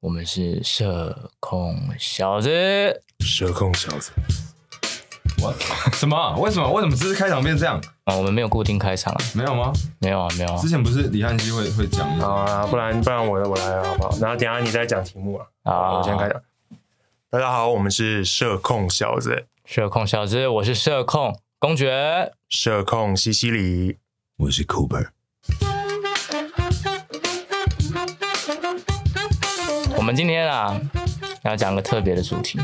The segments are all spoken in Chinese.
我们是社恐小子。社控小子，什么？为什么？为什么这次开场变这样？啊，我们没有固定开场啊，没有吗？没有啊，没有哦啊之。前不是李汉熙会会讲吗？好啊，不然不然我我来好不好？然后等一下你再讲题目啊，啊，我先开。讲。大家好，我们是社控小子，社控小子，我是社控公爵。社控西西里，我是 Cooper，我们今天啊，要讲个特别的主题。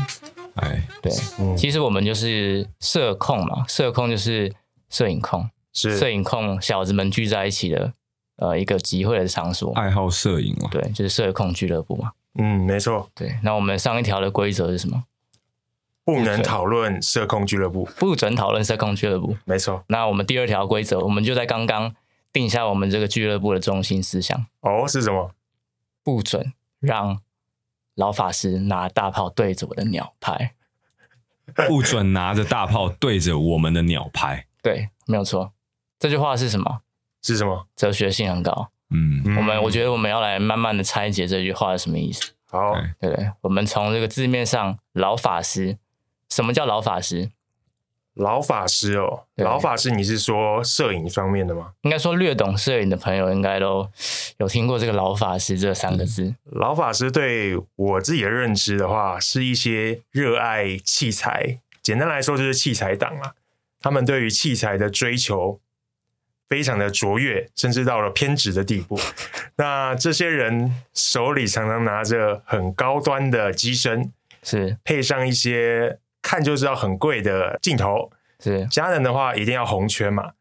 哎，对，嗯其实我们就是社控嘛，社控就是摄影控，摄是影控小子们聚在一起的呃一个集会的场所。爱好摄影哦，对，就是社控俱乐部嘛。嗯，没错，对，那我们上一条的规则是什么？不能讨论社控俱乐部，不准讨论社控俱乐部。没错。那我们第二条规则，我们就在刚刚定下我们这个俱乐部的中心思想，哦，是什么？不准让老法师拿大炮对着我的鸟拍。不准拿着大炮对着我们的鸟拍。对，没有错。这句话是什么？是什么？哲学性很高。嗯，嗯我们我觉得我们要来慢慢的拆解这句话是什么意思，好，哎对不对？我们从这个字面上，老法师，什么叫老法师？老法师哦，对老法师，你是说摄影方面的吗？应该说略懂摄影的朋友应该都有听过这个老法师这三个字。老法师对我自己的认知的话，是一些热爱器材，简单来说就是器材党啦。他们对于器材的追求非常的卓越，甚至到了偏执的地步。那这些人手里常常拿着很高端的机身，是配上一些看就知道很贵的镜头。是佳能的话一定要红圈嘛，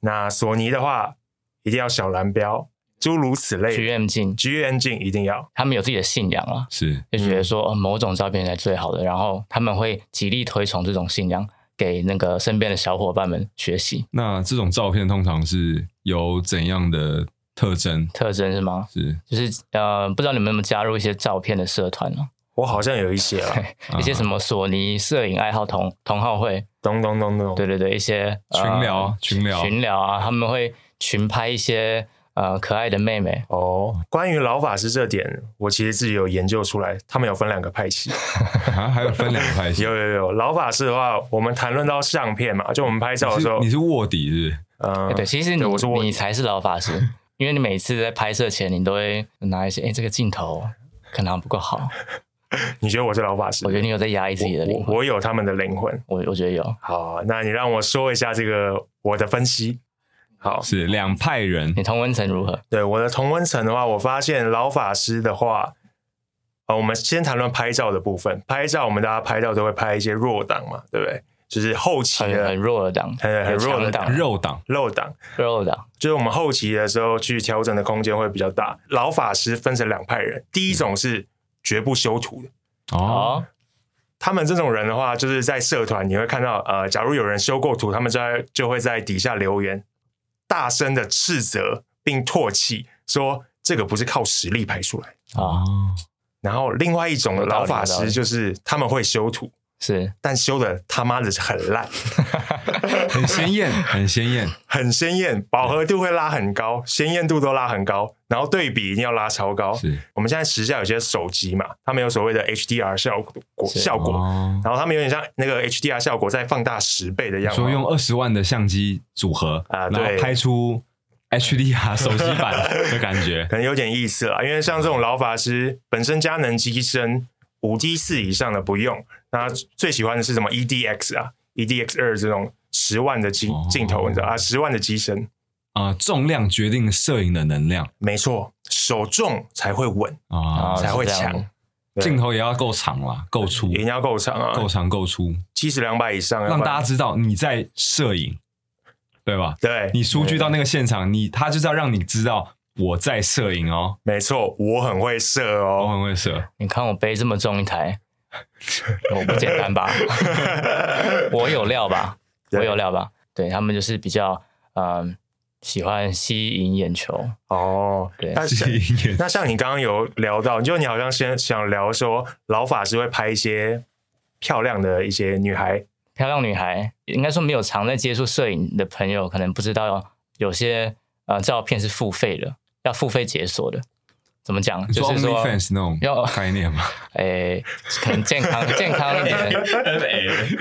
那索尼的话一定要小蓝标，诸如此类的。 ，GM 镜， G N 镜一定要。他们有自己的信仰啊，是就觉得说、哦某种照片才最好的，然后他们会极力推崇这种信仰给那个身边的小伙伴们学习。那这种照片通常是有怎样的特征？特征是吗？是就是呃，不知道你们有没有加入一些照片的社团呢、我好像有一些了，一些什么索尼摄影爱好同同好会，咚咚咚咚，对对对，一些、呃群聊群聊群聊啊，他们会群拍一些呃可爱的妹妹，哦，关于老法师这点，我其实自己有研究出来，他们有分两个派系。啊？还有分两个派系？有有有，老法师的话，我们谈论到相片嘛，就我们拍照的你时是候你，是卧底是不是？嗯，哎对，其实你对我是卧底你才是老法师，因为你每次在拍摄前，你都会拿一些，哎，这个镜头可能不够好，你觉得我是老法师？我觉得你有在压抑自己的灵我魂，我我有他们的灵魂。我我觉得有，好，那你让我说一下这个我的分析。好，是两派人你同温层如何？对我的同温层的话，我发现老法师的话，呃，我们先谈论拍照的部分。拍照，我们大家拍照都会拍一些弱档嘛，对不对？就是啊后期很的很弱的 档，很很有弱强的档，肉党漏档，弱的档，就是我们后期的时候去调整的空间会比较大。老法师分成两派人，第一种是绝不修图的，哦，哦，他们这种人的话，就是在社团你会看到，呃，假如有人修过图，他们就在就会在底下留言，大声的斥责并唾弃，说这个不是靠实力拍出来。啊，哦，然后另外一种有道理老法有道理师就是他们会修图，是但修的他妈的是很烂，很鲜艳，很鲜艳，很鲜艳，饱和度会拉很高，鲜艳度都拉很高，然后对比一定要拉超高。是我们现在时下有些手机嘛，他们有所谓的 HDR 效果是效果，哦然后他们有点像那个 HDR 效果再放大十倍的样子。说用二十万的相机组合啊然后对拍出 HDR 手机版的感觉。可能有点意思啦，因为像这种老法师本身佳能机身五 D 四以上的不用，那最喜欢的是什么 EDX 啊，EDX 二这种十万的镜哦镜头，你知道啊，十万的机身，啊、重量决定摄影的能量没错，手重才会稳，啊啊，，才会是这样强的对镜头也要够长啦，够粗一，定要够长够啊，长够粗，七十两百以上，要让不然大家知道你在摄影，对吧？对，你出去到那个现场，你他就是要让你知道我在摄影哦，没错，我很会射我哦，很会摄，你看我背这么重一 台，啊我不简单吧？ 我有料吧？对我有料吧？对他们就是比较嗯，喜欢吸引眼球，哦，对但是。是 那像你刚刚有聊到，就你好像先想聊说老法师会拍一些漂亮的一些女孩，漂亮女孩，应该说没有常在接触摄影的朋友，可能不知道有些呃照片是付费的，要付费解锁的。怎么讲，就就是说 OnlyFans 那种要概念嘛。诶、可能健康健康一点，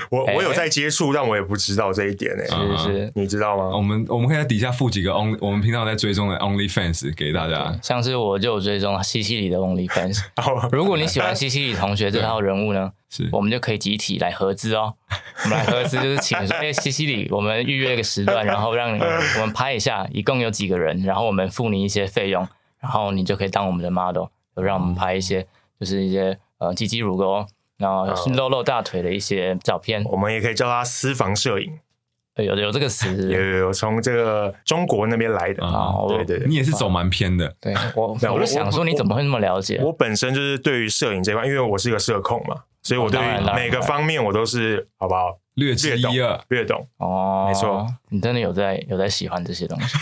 我哎我有在接触，但我也不知道这一点诶、欸嗯是哦是，你知道我吗？们我们可以在底下附几个 Only，我们平常在追踪的 OnlyFans 给大家。像是我就有追踪西西里的 OnlyFans，哦，如果你喜欢西西里同学这套人物呢，嗯是我们就可以集体来合资哦。我们来合资就是请 说，哎、西西里，我们预约一个时段，然后让你我们拍一下，一共有几个人，然后我们付你一些费用，然后你就可以当我们的 model，就让我们拍一些就是一些呃鸡鸡乳沟，然后露露大腿的一些照片， 我们也可以叫它私房摄影，有有这个词是不有是。有有从这个中国那边来的。啊哦，我对对对，嗯你也是走蛮偏的，对我，我那我就想说你怎么会那么了解？我本身就是对于摄影这块，因为我是一个社控嘛，所以我对哦当然当于然每个方面我都是好不好略知一二。略懂。哦，没错，你真的有在有在喜欢这些东西，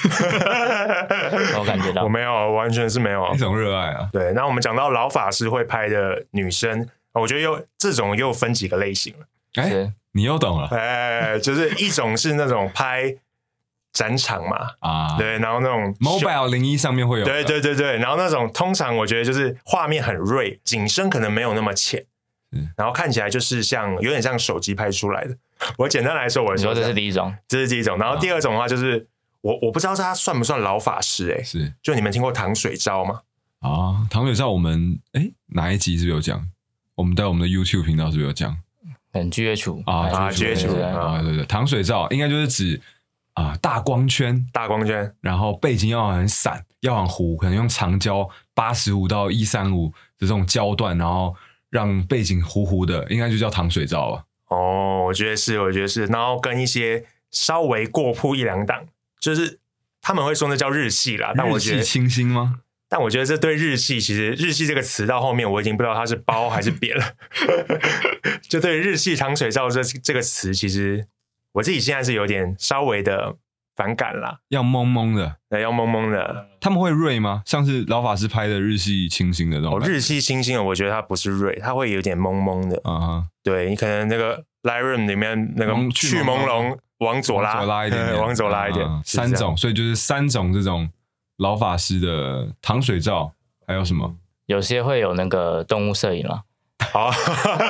我感觉到 我。没有，完全是没有一。种热爱啊，对，那我们讲到老法师会拍的女生，我觉得又这种又分几个类型了。哎、是你又懂了哎， 就是一种是那种拍展场嘛，啊。对，然后那种 Mobile 零一上面会有，对，对对对，然后那种通常我觉得就是画面很锐，景深可能没有那么浅嗯，然后看起来就是像有点像手机拍出来的。我简单来说，我你说这是第第一种，这是第一种，然后第二种的话就是我我不知道他算不算老法师哎、是就你们听过糖水招吗？啊。唐水照，我们哎、哪一集是不是有讲？我们在我们的 YouTube 频道是不是有讲可能 G H 啊啊对对 GH 对啊，对对，糖水照应该就是指啊大光圈，大光圈然后背景要很散，要很糊，可能用长焦八十五到一三五这种焦段，然后让背景糊糊的，应该就叫糖水照吧。哦，我觉得是，我觉得是，然后跟一些稍微过铺一两档，就是他们会说那叫日系啦，但我日觉系得清新吗？但我觉得这对日系，其实日系这个词到后面，我已经不知道它是包还是扁了。 就对日系糖水照这这个词，其实我自己现在是有点稍微的反感啦，要蒙蒙的，那要懵懵的。他们会锐吗？像是老法师拍的日系清新的那种哦，感觉，日系新兴的，我觉得它不是锐，它会有点懵懵的。啊哈。对你可能那个 Lightroom 里面那个蒙去嗯去朦朦胧胧，往左拉，往左拉一点呃 点，往左拉一点嗯嗯，是这三样种，所以就是三种这种老法师的糖水照，还有什么？有些会有那个动物摄影了，好，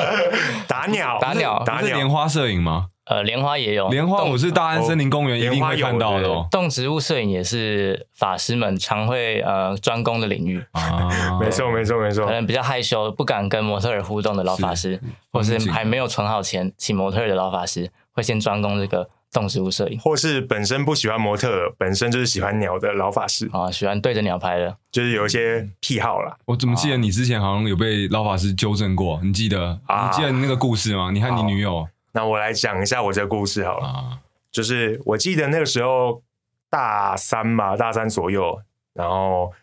打鸟，打鸟打不是莲鸟，花摄影吗？呃，莲花也有，莲花，动我是大安森林公园哦一定会看到的哦。动植物摄影也是法师们常会呃专攻的领域。啊， 没错，没错，没错可。能比较害羞，不敢跟模特儿互动的老法师，或是还没有存好钱请模特儿的老法师，会先专攻这个动植物摄影或是本身不喜欢模特儿，本身就是喜欢鸟的老法师，啊，喜欢对着鸟拍的。就是有一些癖好啦。我怎么记得你之前好像有被老法师纠正过？你记得？啊你记得那个故事吗？你和你女友那我来讲一下我这个故事好了，啊，就是我记得那个时候大三吧，大三左右，然后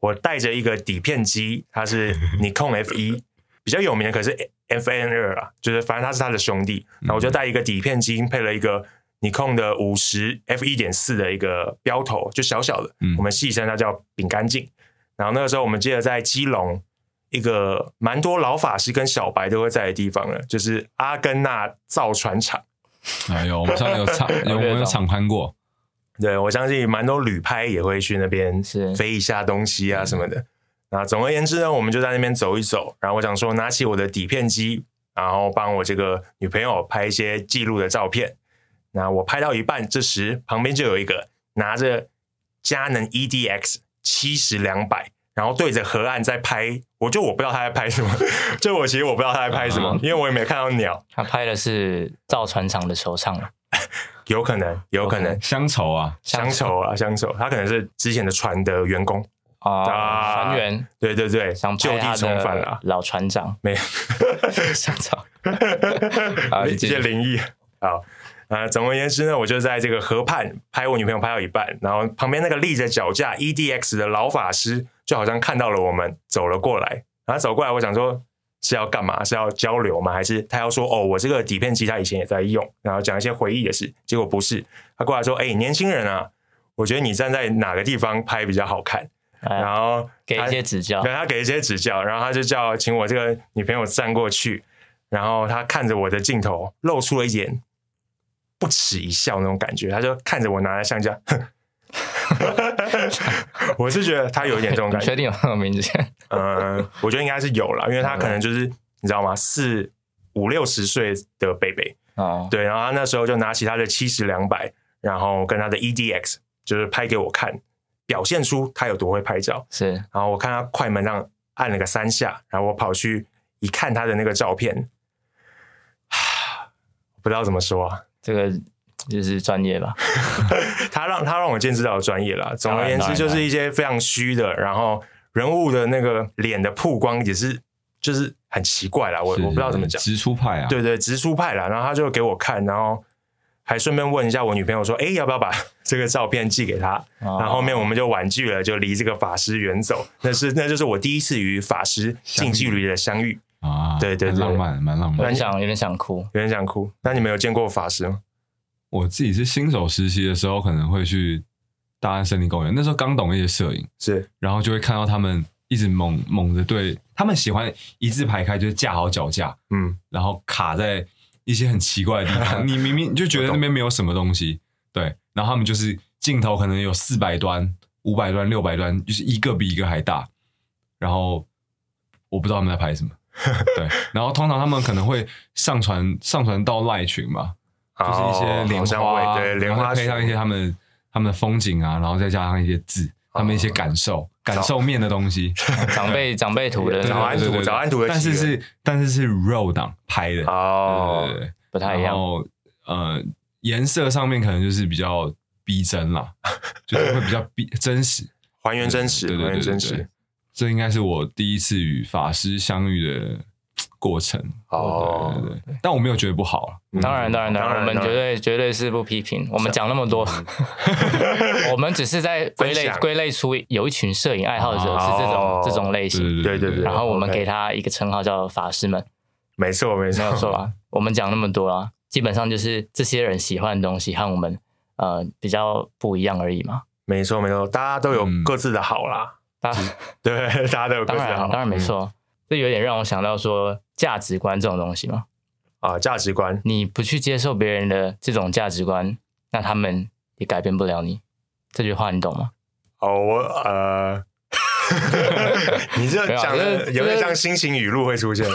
我带着一个底片机，它是尼控 F 一，比较有名的可是 F N 二啦，就是反正它是它的兄弟。然后我就带一个底片机，配了一个尼控的五十 F 一点四的一个标头，就小小的，嗯我们戏称它叫饼干镜。然后那个时候我们记得在基隆一个蛮多老法师跟小白都会在的地方了，就是阿根纳造船厂。哎呦，我们上面 有场，有我们有场刊过，对我相信蛮多旅拍也会去那边是飞一下东西啊什么的。那总而言之呢，我们就在那边走一走。然后我想说，拿起我的底片机，然后帮我这个女朋友拍一些记录的照片。那我拍到一半，这时旁边就有一个拿着佳能 EDX 七十两百，然后对着河岸在拍。我就我不知道他在拍什么，就我其实我不知道他在拍什么，因为我也没看到鸟。他拍的是造船厂的球场，有可能，有可能，乡愁啊，乡愁啊，乡愁，他可能是之前的船的员工。啊，啊船员对对对，想就拍地他重返啊了 的，老船长，没想找啊，有你一继些续灵异。好，呃，总而言之呢，我就在这个河畔拍我女朋友拍到一半，然后旁边那个立着脚架 EDX 的老法师就好像看到了我们，走了过来，然后走过来，我想说。是要干嘛？是要交流吗？还是他要说哦，我这个底片机他以前也在用，然后讲一些回忆的事？结果不是，他过来说：“哎、年轻人啊，我觉得你站在哪个地方拍比较好看？”哎然后给他一些指教对，他给一些指教，然后他就叫请我这个女朋友站过去，然后他看着我的镜头，露出了一点不耻一笑那种感觉，他就看着我拿着相机，哼 我是觉得他有一点这种你 感觉确，定有那么明显？嗯，我觉得应该是有啦，因为他可能就是你知道吗？四五六十岁的贝贝，哦，对，然后他那时候就拿起他的七十两百，然后跟他的 EDX 就是拍给我看，表现出他有多会拍照。 是然后我看他快门上按了个三下，然后我跑去一看他的那个照片， 不知道怎么说啊， 这个就是专业吧？他让他让我见识到专业啦。总而言之，当然就是一些非常虚的，然后人物的那个脸的曝光也是就是很奇怪啦，我我不知道怎么讲。直出派啊，对对，直出派啦，然后他就给我看，然后还顺便问一下我女朋友说：“哎，要不要把这个照片寄给他？”哦然后后面我们就婉拒了，就离这个法师远走。那是那就是我第一次与法师近距离的相遇，啊，对对蛮对浪漫，蛮浪有漫点。想有点想 哭，有点想哭。那你们有见过法师吗？我自己是新手实习的时候，可能会去大安森林公园，那时候刚懂一些摄影，是然后就会看到他们一直猛猛着对，他们喜欢一字排开，就是架好脚架，嗯，然后卡在一些很奇怪的地方。你明明就觉得那边没有什么东西，对，然后他们就是镜头可能有四百端、五百端、六百端，就是一个比一个还大。然后我不知道他们在拍什么，对。 然后通常他们可能会上传上传到赖群吧，就是一些哦莲好像花啊，会对莲然后花再配上一些他们他们的风景啊，然后再加上一些字，哦他们一些感受、感受面的东西。长辈长辈图的对对对早安图对对对早安图的但是起源是但是是 RAW 档拍的，哦对，对对对不太一然样，后呃，颜色上面可能就是比较逼真 啦，就是会比较逼真实，还原真实，对对还对原对真对对实。这应该是我第一次与法师相遇的过程。哦对对对对，但我没有觉得不好啊嗯当然，当然，当当然然，我们当然嗯绝对绝对是不批评。我们讲那么多， 我们只是在归分类享归类出有一群摄影爱好者哦是这种这种类对型，对对对然后我们 OK 给他一个称号叫法师们，没错没没有错错，吧？我们讲那么多啊，基本上就是这些人喜欢的东西和我们呃比较不一样而已嘛。没错没错，大家都有嗯各自的好啦。当对，大家都有各当自的然好，嗯当然没错，这有点让我想到说价值观这种东西嘛。啊，价值观你不去接受别人的这种价值观，那他们也改变不了你。这句话你懂吗？哦，我 呃，你这没有啊讲这的这有点像新型语录会 出现，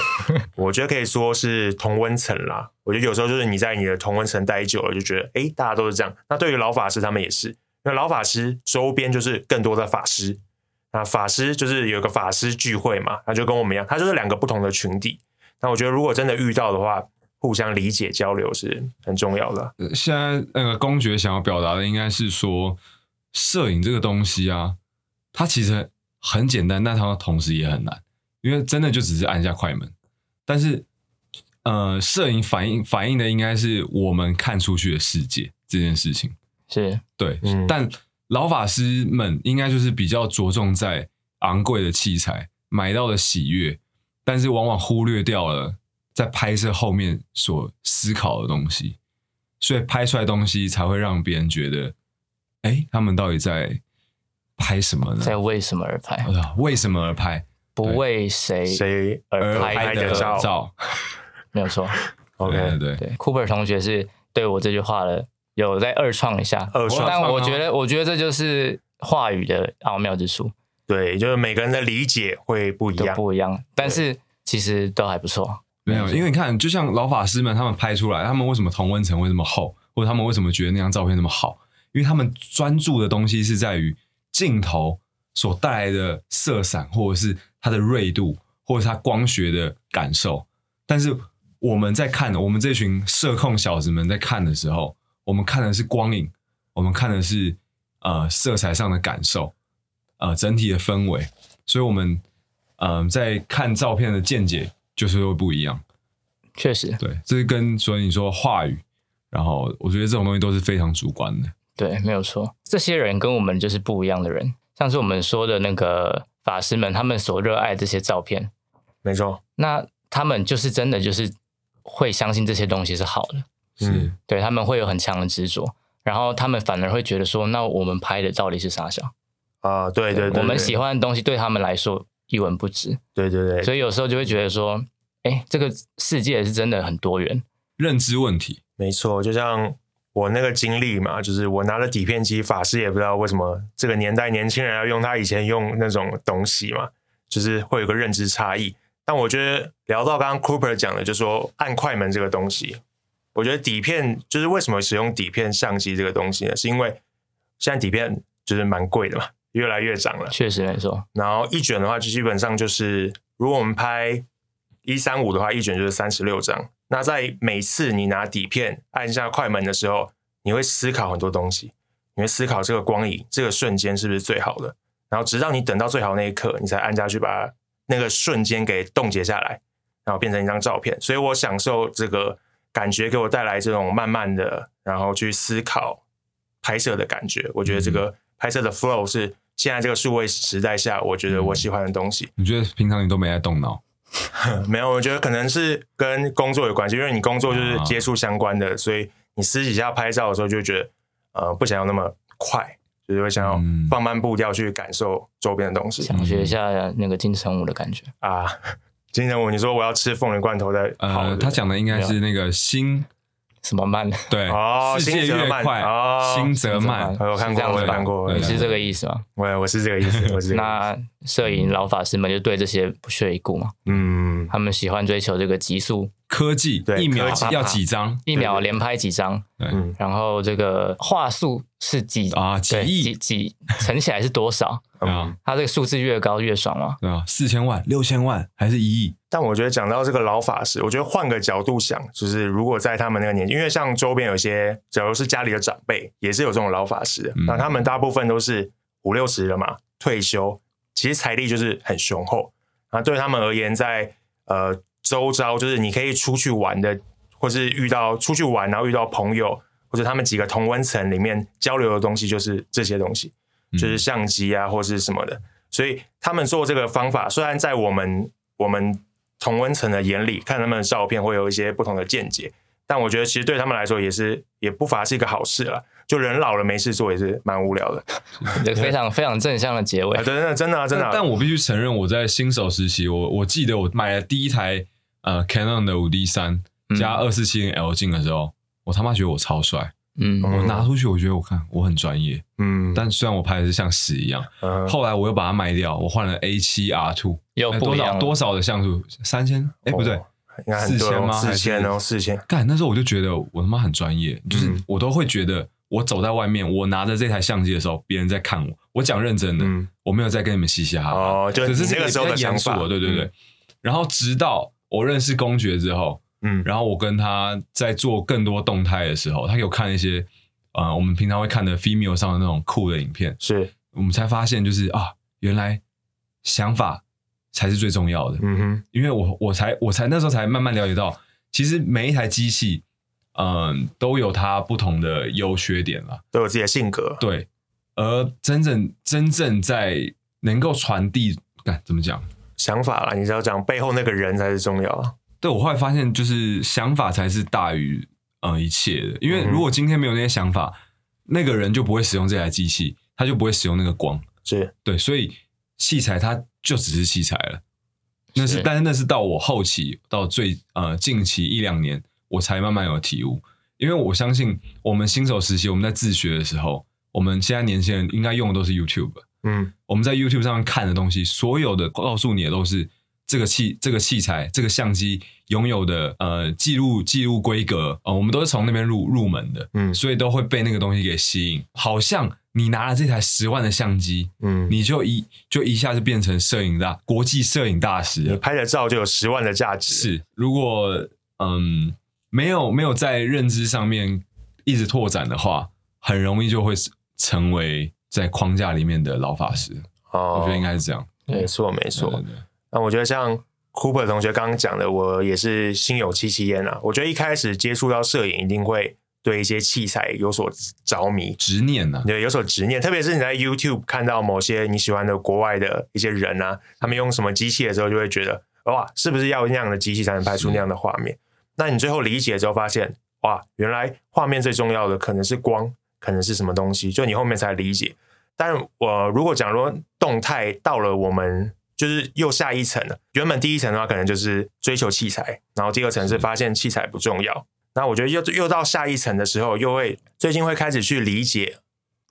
我觉得可以说是同温层啦。我觉得有时候就是你在你的同温层待久了，就觉得诶，大家都是这样。那对于老法师他们也是，那老法师周边就是更多的法师，那法师就是有个法师聚会嘛，那就跟我们一样，他就是两个不同的群体。那我觉得如果真的遇到的话，互相理解交流是很重要的。呃现在那个公爵想要表达的应该是说，摄影这个东西啊，它其实很简单，但它同时也很难，因为真的就只是按下快门。但是，呃，摄影反映反映的应该是我们看出去的世界这件事情。是对，嗯但老法师们应该就是比较着重在昂贵的器材买到的喜悦，但是往往忽略掉了在拍摄后面所思考的东西，所以拍出来的东西才会让别人觉得，哎、他们到底在拍什嗯么呢？在为什么而拍我，操为什么而拍？不为谁，谁呃而拍呃拍的的嗯照照没有错。 ？OK，对对对，对，Cooper 同学是对我这句话的有在二创一下，二创但我二创啊觉得，我觉得这就是话语的奥妙之处，对，就是每个人的理解会不一都样。不一样，但是其实都还不错。没有，因为你看，就像老法师们他们拍出来，他们为什么同温层会这么厚，或者他们为什么觉得那张照片那么好？因为他们专注的东西是在于镜头所带来的色散，或者是它的锐度，或者是它光学的感受。但是我们在看，我们这群社控小子们在看的时候，我们看的是光影，我们看的是呃色彩上的感受，呃整体的氛围。所以我们嗯、呃在看照片的见解就是会不一样。确实，对，这是跟所以你说话语，然后我觉得这种东西都是非常主观的。对，没有错。这些人跟我们就是不一样的人，像是我们说的那个法师们，他们所热爱这些照片，没错，那他们就是真的就是会相信这些东西是好的，是嗯，对他们会有很强的执着，然后他们反而会觉得说，那我们拍的到底是啥小？啊，对对对，我们对喜欢的东西对他们来说一文不值，对对对，所以有时候就会觉得说，哎，这个世界是真的很多元，认知问题，没错，就像我那个经历嘛，就是我拿了底片机，法师也不知道为什么这个年代年轻人要用他以前用那种东西嘛，就是会有个认知差异。但我觉得聊到刚刚 Cooper 讲的，就说按快门这个东西，我觉得底片就是为什么使用底片相机这个东西呢？是因为现在底片就是蛮贵的嘛，越来越涨了。确实没错，然后一卷的话，就基本上就是如果我们拍一三五的话，一卷就是三十六张。那在每次你拿底片按下快门的时候，你会思考很多东西，你会思考这个光影这个瞬间是不是最好的，然后直到你等到最好那一刻，你才按下去把那个瞬间给冻结下来，然后变成一张照片。所以我享受这个感觉给我带来这种慢慢的，然后去思考拍摄的感觉。我觉得这个拍摄的 flow 是现在这个数位时代下，我觉得我喜欢的东西。你觉得平常你都没在动脑？没有，我觉得可能是跟工作有关系，因为你工作就是接触相关的，所以你私底下拍照的时候就会觉得，呃，不想要那么快，就是会想要嗯放慢步调去感受周边的东西、想学一下那个金城武的感觉。啊。金城武，你说我要吃凤梨罐头在跑，对呃，不对他讲的应该是那个心，什么慢？对哦，世界心则越慢快哦，心则心慢则慢。我有看是这过，样我子有吧看过，对你 是这个意思吗？我我是这个意思，我是这个意思那摄影老法师们就对这些不屑一顾嘛，嗯，他们喜欢追求这个极速，科技对一秒科技啊要几张？一秒连拍几张，对嗯然后这个话速是几啊几对亿几几乘起来是多少？嗯对啊，它这个数字越高越爽嘛。对啊，四千万、六千万还是一亿？但我觉得讲到这个老法师，我觉得换个角度想，就是如果在他们那个年纪，因为像周边有些，假如是家里的长辈，也是有这种老法师的，嗯那他们大部分都是五六十了嘛，退休，其实财力就是很雄厚。啊，对他们而言，在呃周遭，就是你可以出去玩的，或是遇到出去玩，然后遇到朋友，或者他们几个同温层里面交流的东西，就是这些东西，嗯就是相机啊，或是什么的。所以他们做这个方法，虽然在我们我们同温层的眼里看他们的照片会有一些不同的见解，但我觉得其实对他们来说也是也不乏是一个好事了。就人老了没事做也是蛮无聊的这个非常非非常正向的结尾 啊，，真的真的啊真的啊、但但我必须承认，我在新手时期，我我记得我买了第一台呃 Canon 的五 D 三嗯加二四七零 L 镜的时候，我他妈觉得我超帅。嗯，嗯我拿出去，我觉得我看我很专业，嗯，但虽然我拍的是像屎一样，嗯后来我又把它卖掉，我换了 A 七 R two，又不多一样少了多少的像素？三千？哎，不对哦，应该很多哦4000吗四千哦，还四千，干那时候我就觉得我他妈很专业，就是嗯我都会觉得我走在外面，我拿着这台相机的时候，别人在看我。我讲认真的，嗯我没有在跟你们嘻嘻哈哈，哦就只是你那这个时候的比较严肃想法了对对对。嗯然后直到我认识公爵之后，嗯，然后我跟他在做更多动态的时候，他给我看一些呃我们平常会看的 Vimeo 上的那种酷的影片，是，我们才发现就是啊，原来想法才是最重要的。嗯哼，因为我我才我才那时候才慢慢了解到，其实每一台机器，嗯，都有它不同的优缺点啦。都有自己的性格，对，而真正真正在能够传递，干怎么讲？想法啦，你只要讲背后那个人才是重要啊，对我后来发现，就是想法才是大于呃一切的。因为嗯哼如果今天没有那些想法，那个人就不会使用这台机器，他就不会使用那个光。是，对，所以器材它就只是器材了。那是，是但是那是到我后期到最呃近期一两年，我才慢慢有体悟。因为我相信我们新手时期，我们在自学的时候，我们现在年轻人应该用的都是 YouTube。嗯我们在 YouTube 上面看的东西，所有的告诉你的都是这个器、这个器材、这个相机拥有的呃记录记录规格，呃，我们都是从那边入入门的，嗯所以都会被那个东西给吸引。好像你拿了这台十万的相机，嗯，你你就一就一下就变成摄影大国际摄影大师你了。拍的照就有十万的价值，，是，如果嗯没有没有在认知上面一直拓展的话，很容易就会成为在框架里面的老法师。哦，我觉得应该是这样。没错没错，对对嗯对那我觉得像 Cooper 同学刚刚讲的，我也是心有戚戚焉啊。我觉得一开始接触到摄影，一定会对一些器材有所着迷，执念啊呐、对，有所执念。特别是你在 YouTube 看到某些你喜欢的国外的一些人啊，他们用什么机器的时候，就会觉得哇，是不是要那样的机器才能拍出是那样的画面？那你最后理解之后发现，哇，原来画面最重要的可能是光，可能是什么东西，就你后面才理解。但我、如果讲说动态到了我们就是又下一层了，原本第一层的话可能就是追求器材，然后第二层是发现器材不重要，那我觉得又又到下一层的时候，又会最近会开始去理解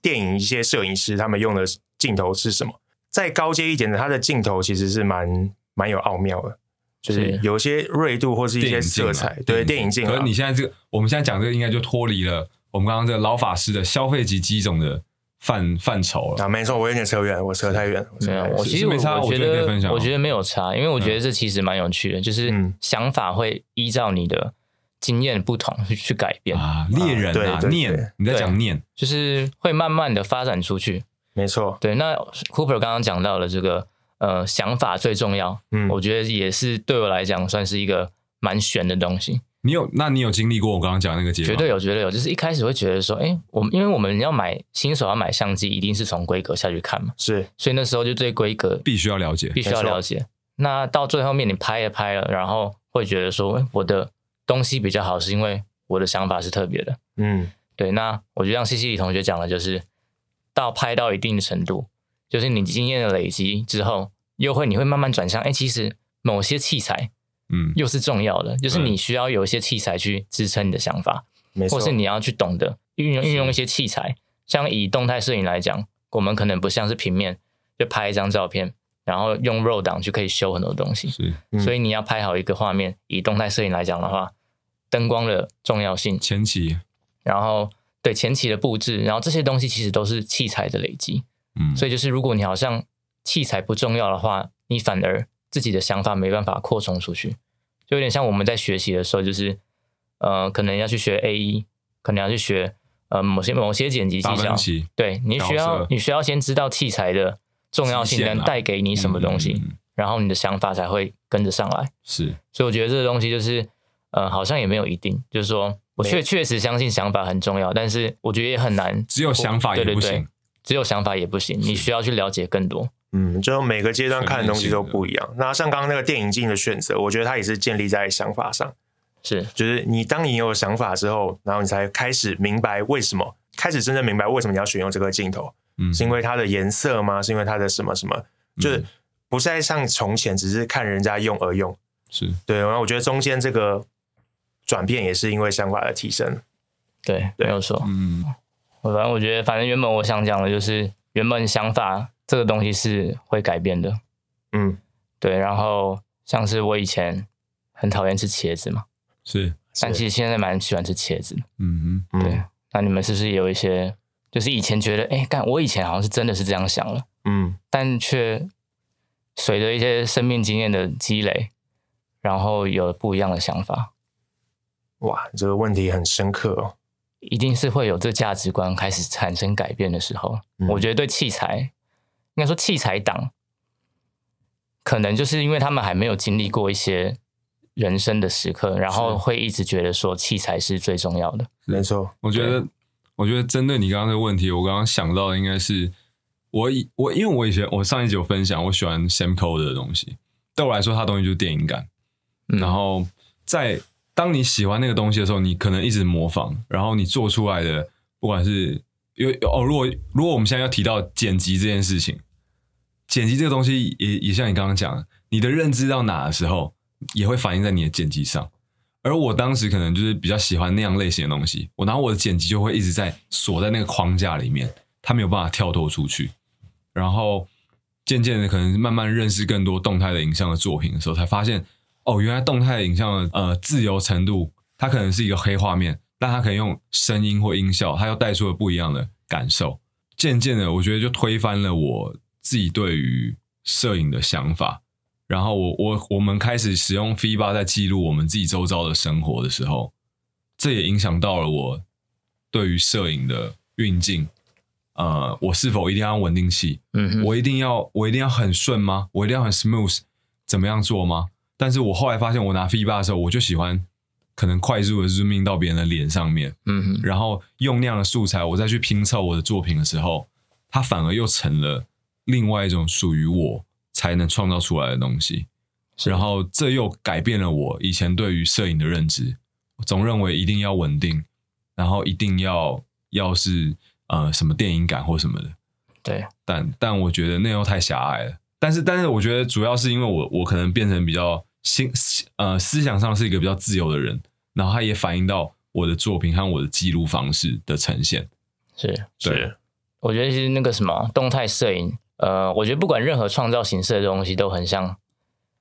电影一些摄影师他们用的镜头是什么。再高阶一点的，它的镜头其实是蛮蛮有奥妙的，就是是有一些锐度或是一电些影镜色啊彩，对电影镜啊。可是你现在这个，我们现在讲这个，应该就脱离了我们刚刚这个老法师的消费级机种的范范畴了。啊，没错，我有点扯远，我扯太远。我扯没太有，远我是其是实我没差我我觉觉得可以得分享嗯我哦觉得没有差，因为我觉得这其实蛮有趣的，就是嗯想法会依照你的经验不同去去改变，啊，猎人对啊，对对念，你在讲念，就是会慢慢的发展出去。没错，对，那 Cooper 刚刚讲到了这个呃想法最重要，嗯，我觉得也是对我来讲算是一个蛮悬的东西，你有，那你有经历过我刚刚讲那个节目？绝对有，绝对有。就是一开始会觉得说，哎，我们因为我们要买新手要买相机，一定是从规格下去看嘛，是所以那时候就对规格必须要了解。必须要了解。那到最后面，你拍了拍了，然后会觉得说，诶我的东西比较好，是因为我的想法是特别的。嗯，对，那我就像西西里同学讲的，就是到拍到一定的程度，就是你经验的累积之后，又会你会慢慢转向，哎、其实某些器材嗯，又是重要的，就是嗯你需要有一些器材去支撑你的想法，没错，或是你要去懂得运用运用一些器材。像以动态摄影来讲，我们可能不像是平面，就拍一张照片，然后用 RAW 档就可以修很多东西。是嗯所以你要拍好一个画面，以动态摄影来讲的话，灯光的重要性，前期，然后对前期的布置，然后这些东西其实都是器材的累积。嗯，所以以就是，如果你好像器材不重要的话，你反而自己的想法没办法扩充出去，就有点像我们在学习的时候，就是呃，可能要去学 A E，可能要去学呃某些某些剪辑技达巧芬，奇对你需角要色你需要先知道器材的重要性极限能啊带给你什么东西，嗯嗯嗯然后你的想法才会跟着上来。是所以我觉得这个东西就是，呃，好像也没有一定，就是说我没确有确实相信想法很重要，但是我觉得也很难，只有想法也对对不对行。只有想法也不行，你需要去了解更多。嗯，就每个阶段看的东西全面性的都不一样。那像刚刚那个电影镜的选择，我觉得它也是建立在想法上，是就是你当你有想法之后，然后你才开始明白为什么，开始真正明白为什么你要选用这个镜头，嗯，是因为它的颜色吗？是因为它的什么什么？就是不再像从前只是看人家用而用。是对，然后我觉得中间这个转变也是因为想法的提升。对，对没有错。嗯，我反正我觉得，反正原本我想讲的就是，原本想法这个东西是会改变的。嗯，对，然后像是我以前很讨厌吃茄子嘛，是但是其实现在蛮喜欢吃茄子的。嗯嗯对，那你们是不是也有一些，就是以前觉得，哎，干，我以前好像是真的是这样想了。嗯，但却随着一些生命经验的积累，然后有了不一样的想法，哇，这个问题很深刻哦。一定是会有这价值观开始产生改变的时候。嗯我觉得对器材，应该说器材党，可能就是因为他们还没有经历过一些人生的时刻，然后会一直觉得说器材是最重要的。没错，我觉得，我觉得针对你刚刚的问题，我刚刚想到的应该是我以我因为我以前我上一集有分享，我喜欢 Sam Cole 的东西，对我来说，他的东西就是电影感。嗯然后在当你喜欢那个东西的时候，你可能一直模仿，然后你做出来的，不管是有哦，如果如果我们现在要提到剪辑这件事情，剪辑这个东西也也像你刚刚讲的，你的认知到哪的时候，也会反映在你的剪辑上。而我当时可能就是比较喜欢那样类型的东西，我然后我的剪辑就会一直在锁在那个框架里面，它没有办法跳脱出去。然后渐渐的，可能慢慢认识更多动态的影像的作品的时候，才发现哦，原来动态影像的呃自由程度，它可能是一个黑画面，但它可以用声音或音效，它又带出了不一样的感受。渐渐的，我觉得就推翻了我自己对于摄影的想法。然后我我我们开始使用 FIBA 在记录我们自己周遭的生活的时候，这也影响到了我对于摄影的运镜。呃，我是否一定要用稳定器？嗯哼，我一定要我一定要很顺吗？我一定要很 smooth 怎么样做吗？但是我后来发现，我拿 FIBA 的时候，我就喜欢可能快速的 zoom in 到别人的脸上面，嗯哼，然后用那样的素材，我再去拼凑我的作品的时候，它反而又成了另外一种属于我才能创造出来的东西。是然后这又改变了我以前对于摄影的认知，我总认为一定要稳定，然后一定要要是呃什么电影感或什么的。对，但但我觉得那又太狭隘了。但是但是，我觉得主要是因为我我可能变成比较心思呃思想上是一个比较自由的人，然后它也反映到我的作品和我的记录方式的呈现。是，对，是我觉得其实那个什么动态摄影，呃，我觉得不管任何创造形式的东西，都很像，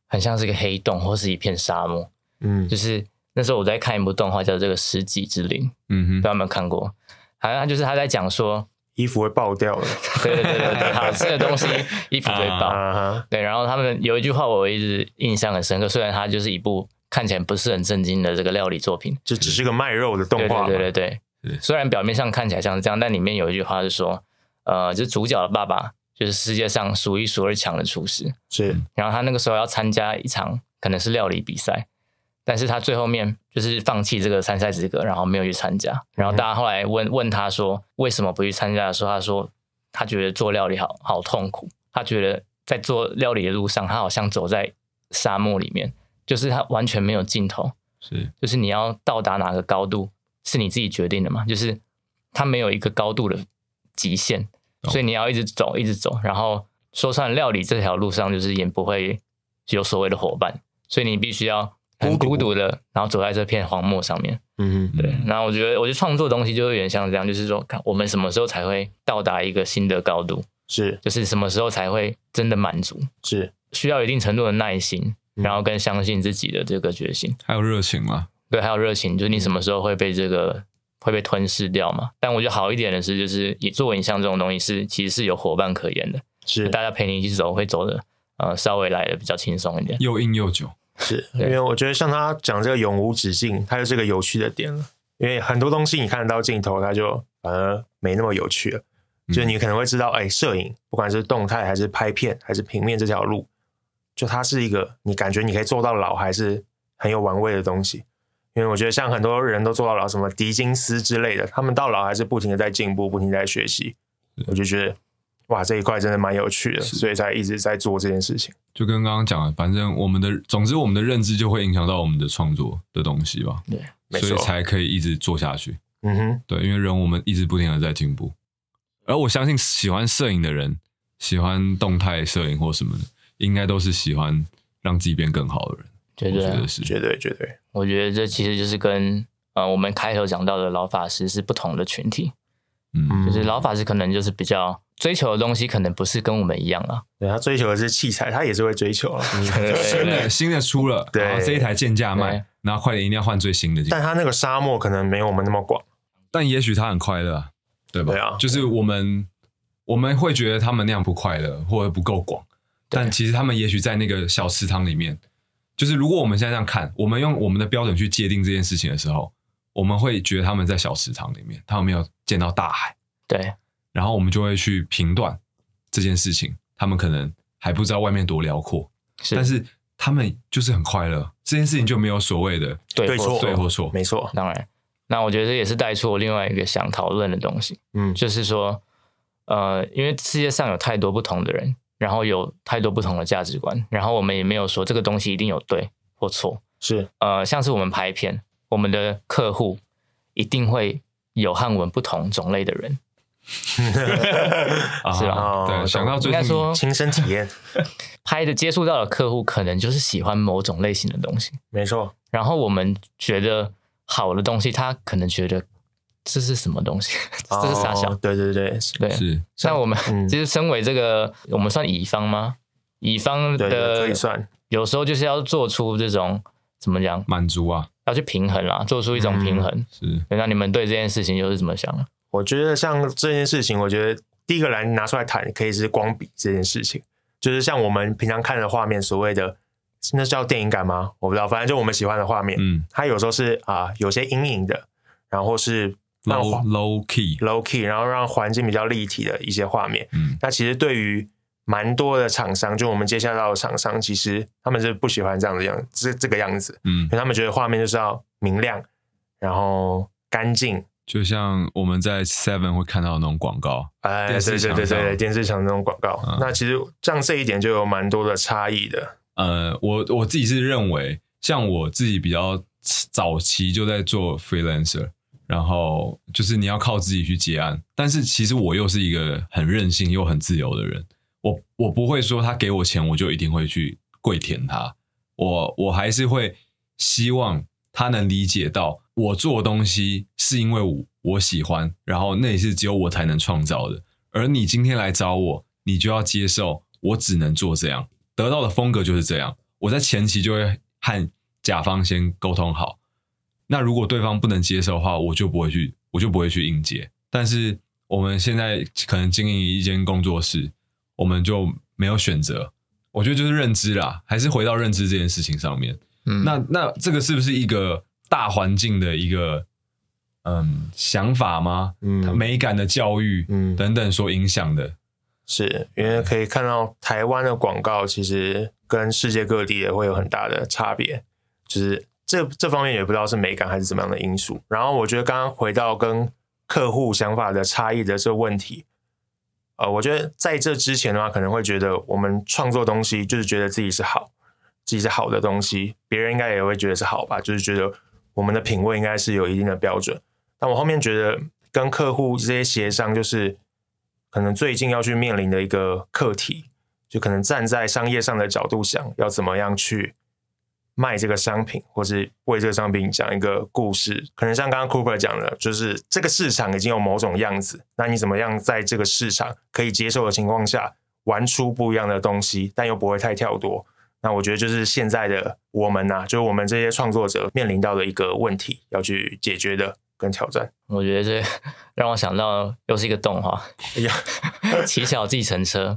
很像是个黑洞或是一片沙漠。嗯就是那时候我在看一部动画叫《这个十级之灵》，嗯不知哼，道有没有看过？好像就是他在讲说，衣服会爆掉的对对对对对，好吃的东西衣服会爆，啊哈，对，然后他们有一句话我一直印象很深刻，虽然它就是一部看起来不是很正经的这个料理作品，这只是个卖肉的动对画嘛，对对对对是，虽然表面上看起来像是这样，但里面有一句话是说，呃，就是主角的爸爸就是世界上数一数二强的厨师，是然后他那个时候要参加一场可能是料理比赛，但是他最后面就是放弃这个参赛资格，然后没有去参嗯加。然后大家后来问问他说为什么不去参加的时候，他说他觉得做料理好好痛苦，他觉得在做料理的路上，他好像走在沙漠里面，就是他完全没有尽头，是就是你要到达哪个高度是你自己决定的嘛，就是他没有一个高度的极限，懂所以你要一直走，一直走。然后说穿了料理这条路上，就是也不会有所谓的伙伴，所以你必须要很孤独的，然后走在这片荒漠上面。嗯哼对，嗯然后我觉得，我觉得创作东西就有点像这样，就是说，看我们什么时候才会到达一个新的高度，是就是什么时候才会真的满足，是需要一定程度的耐心，嗯然后跟相信自己的这个决心。还有热情啦，对，还有热情，就是你嗯什么时候会被这个会被吞噬掉嘛？但我觉得好一点的是，就是也做影像这种东西是其实是有伙伴可言的，是大家陪你一起走会走的呃稍微来的比较轻松一点。又硬又久。是，因对为我觉得像他讲这个永无止境，它就是个有趣的点了。因为很多东西你看得到尽头，它就反而没那么有趣了。嗯就是你可能会知道，哎、摄影不管是动态还是拍片还是平面这条路，就它是一个你感觉你可以做到老，还是很有玩味的东西。因为我觉得像很多人都做到老，什么狄金斯之类的，他们到老还是不停的在进步，不停地在学习。我就觉得，哇，这一块真的蛮有趣的，嗯是所以才一直在做这件事情。就跟刚刚讲的，反正我们的，总之我们的认知就会影响到我们的创作的东西吧，没所错以，才可以一直做下去。嗯哼，对，因为人我们一直不停的在进步，而我相信喜欢摄影的人，喜欢动态摄影或什么的，应该都是喜欢让自己变更好的人。对我觉对啊得，是，绝对绝对。我觉得这其实就是跟呃我们开头讲到的老法师是不同的群体，嗯，就是老法师可能就是比较追求的东西可能不是跟我们一样啊，对他追求的是器材，他也是会追求啊，嗯 对新对呃的新的出了，对然后这一台贱价对卖，然后快点一定要换最新的进来。但他那个沙漠可能没有我们那么广。但也许他很快乐啊，对吧？对啊就是我们我们会觉得他们那样不快乐或者不够广，对但其实他们也许在那个小池塘里面，就是如果我们现在这样看，我们用我们的标准去界定这件事情的时候，我们会觉得他们在小池塘里面，他们没有见到大海，对然后我们就会去评断这件事情，他们可能还不知道外面多辽阔，是，但是他们就是很快乐，这件事情就没有所谓的对对或错哦对或错，没错，当然，那我觉得这也是带出我另外一个想讨论的东西。嗯，就是说，呃，因为世界上有太多不同的人，然后有太多不同的价值观，然后我们也没有说这个东西一定有对或错。是 呃，像是我们拍片，我们的客户一定会有和我们不同种类的人，啊是哦吧对，想到应最该近说亲身体验，拍的接触到的客户可能就是喜欢某种类型的东西，没错，然后我们觉得好的东西，他可能觉得这是什么东西， 这是傻笑。哦对对对，是对，是那我们、 嗯其实身为这个，我们算乙方吗？乙方对对，可以的算，有时候就是要做出这种怎么讲，满足啊，要去平衡啦，做出一种平衡。嗯是。对那你们对这件事情又是怎么想啊的？我觉得像这件事情，我觉得第一个来拿出来谈，可以是光比这件事情，就是像我们平常看的画面，所谓的那是叫电影感吗？我不知道，反正就我们喜欢的画面，嗯它有时候是啊、有些阴影的，然后是让，low 环 low key， low key，然后让环境比较立体的一些画面。嗯，那其实对于蛮多的厂商，就我们接下到的厂商，其实他们是不喜欢这样的样这这个样子，嗯因，为他们觉得画面就是要明亮，然后干净。就像我们在 Seven 会看到的那种广告，哎，对对电视对墙对上对，电视墙那种广告，嗯那其实像这一点就有蛮多的差异的。呃，我我自己是认为，像我自己比较早期就在做 freelancer，然后就是你要靠自己去接案，但是其实我又是一个很任性又很自由的人，我我不会说他给我钱我就一定会去跪舔他，我我还是会希望他能理解到我做的东西是因为我我喜欢，然后那也是只有我才能创造的。而你今天来找我，你就要接受我只能做这样，得到的风格就是这样。我在前期就会和甲方先沟通好，那如果对方不能接受的话，我就不会去，我就不会去应接。但是我们现在可能经营一间工作室，我们就没有选择。我觉得就是认知啦，还是回到认知这件事情上面。嗯，那那这个是不是一个大环境的一个嗯想法吗？嗯美感的教育，嗯等等所影响的，是因为可以看到台湾的广告其实跟世界各地也会有很大的差别，就是这这方面也不知道是美感还是怎么样的因素。然后我觉得刚刚回到跟客户想法的差异的这问题，呃，我觉得在这之前的话，可能会觉得我们创作东西就是觉得自己是好，自己是好的东西，别人应该也会觉得是好吧，就是觉得我们的品味应该是有一定的标准。但我后面觉得跟客户这些协商，就是可能最近要去面临的一个课题，就可能站在商业上的角度想，要怎么样去卖这个商品，或是为这个商品讲一个故事。可能像刚刚 Cooper 讲的，就是这个市场已经有某种样子，那你怎么样在这个市场可以接受的情况下，玩出不一样的东西，但又不会太跳多。那我觉得就是现在的我们呐、就是我们这些创作者面临到的一个问题，要去解决的跟挑战。我觉得这 让我想到又是一个动画 哎呀， 《乞巧计程车》，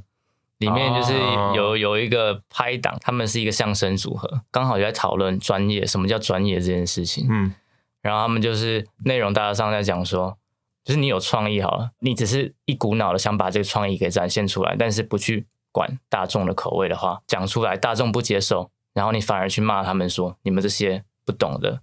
里面就是哦有有一个拍档，他们是一个相声组合，刚好就在讨论专业，什么叫专业这件事情。嗯然后他们就是内容大致上在讲说，就是你有创意好了，你只是一股脑的想把这个创意给展现出来，但是不去管大众的口味的话，讲出来大众不接受，然后你反而去骂他们说你们这些不懂的、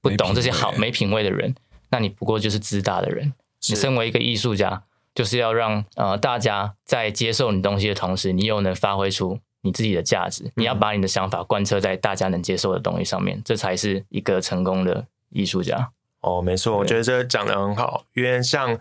不懂这些好没品味的人，那你不过就是自大的人。是你身为一个艺术家，就是要让呃大家在接受你东西的同时，你又能发挥出你自己的价值。你要把你的想法贯彻在大家能接受的东西上面，这才是一个成功的艺术家。哦，没错，我觉得这讲的很好，因为像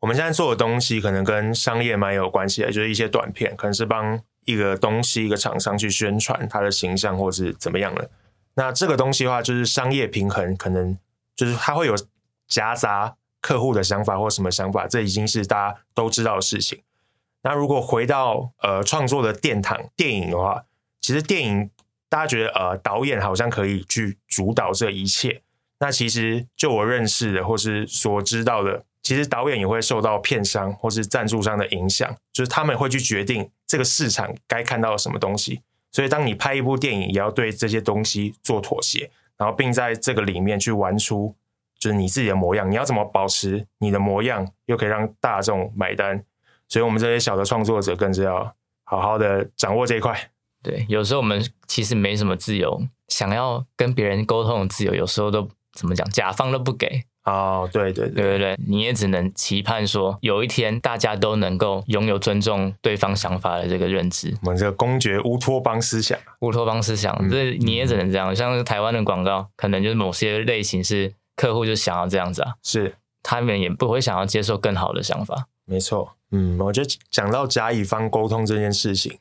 我们现在做的东西，可能跟商业蛮有关系的，就是一些短片，可能是帮一个东西、一个厂商去宣传它的形象，或是怎么样的。那这个东西的话，就是商业平衡，可能就是它会有夹杂客户的想法或什么想法，这已经是大家都知道的事情。那如果回到呃创作的殿堂电影的话，其实电影大家觉得呃导演好像可以去主导这一切，那其实就我认识的或是所知道的，其实导演也会受到片商或是赞助商的影响，就是他们会去决定这个市场该看到什么东西。所以，当你拍一部电影，也要对这些东西做妥协，然后并在这个里面去玩出就是你自己的模样。你要怎么保持你的模样，又可以让大众买单？所以，我们这些小的创作者更是要好好的掌握这一块。对，有时候我们其实没什么自由，想要跟别人沟通的自由，有时候都怎么讲，甲方都不给，哦，对对对，对对对，你也只能期盼说，有一天大家都能够拥有尊重对方想法的这个认知。我们这个公爵乌托邦思想，乌托邦思想，这你也只能这样。像是台湾的广告，可能就是某些类型是客户就想要这样子啊，是他们也不会想要接受更好的想法。没错，嗯，我觉得讲到甲乙方沟通这件事情，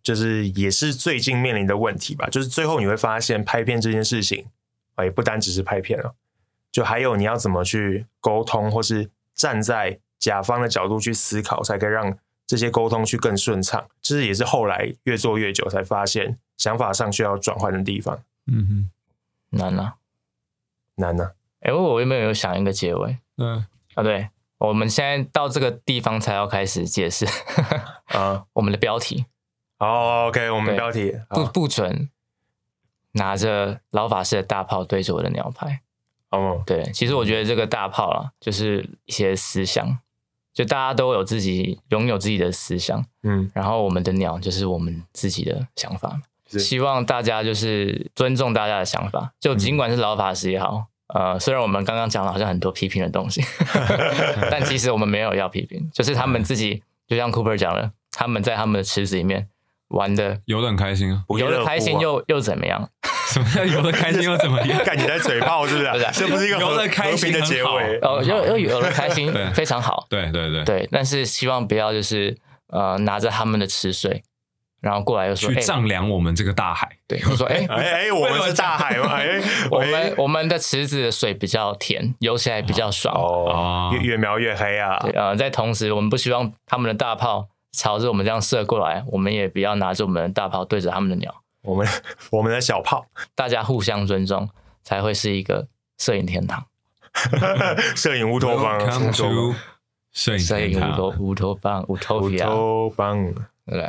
就是也是最近面临的问题吧。就是最后你会发现，拍片这件事情，哎，不单只是拍片了，就还有你要怎么去沟通，或是站在甲方的角度去思考，才可以让这些沟通去更顺畅。这是也是后来越做越久才发现，想法上需要转换的地方嗯哼，难啊！难啊呢、哎，我原本有想一个结尾嗯，啊，对，我们现在到这个地方才要开始解释 啊。我们的标题，哦，OK，我们对嗯标题不好，不准拿着老法师的大炮对着我的鸟牌。哦，对，其实我觉得这个大炮啊，就是一些思想，就大家都有自己拥有自己的思想，嗯，然后我们的鸟就是我们自己的想法。是 希望大家就是尊重大家的想法，就尽管是老法师也好，呃，虽然我们刚刚讲了好像很多批评的东西，但其实我们没有要批评，就是他们自己，就像 Cooper 讲了，他们在他们的池子里面玩的游得很开心啊 ，不亦游乐的乎开心啊又又怎么样？什么叫游得开心又怎么样？ 干你在嘴炮是不是啊、不是啊这不是一个游和得开和心平的结尾很。哦，又又游的开心对，非常好。对对对，对，但是希望不要就是呃拿着他们的吃水，然后过来又说，去哎、丈量我们这个大海。对，我说，哎、哎哎，我们是大海 吗？哎，我们我们的池子的水比较甜，游起来比较爽。哦哦，越越描越黑啊对，！呃，在同时，我们不希望他们的大炮朝着我们这样射过来，我们也不要拿着我们的大炮对着他们的鸟，我们我们的小炮 大家互相尊重，才会是一个摄影天堂。摄影乌托邦， Welcome 乌托邦 to 摄影摄天影乌堂托乌托邦乌托乌比亚，托邦，对不对？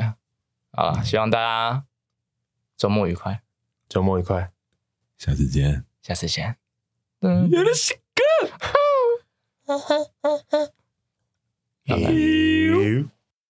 啊，希望大家周末愉快，周末愉快。下次见。下次见。嗯，拜拜。 You